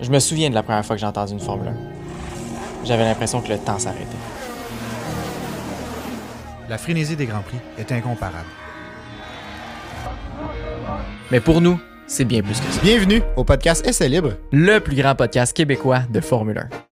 Je me souviens de la première fois que j'ai entendu une Formule 1. J'avais l'impression que le temps s'arrêtait. La frénésie des Grands Prix est incomparable. Mais pour nous, c'est bien plus que ça. Bienvenue au podcast Essai Libre. Le plus grand podcast québécois de Formule 1.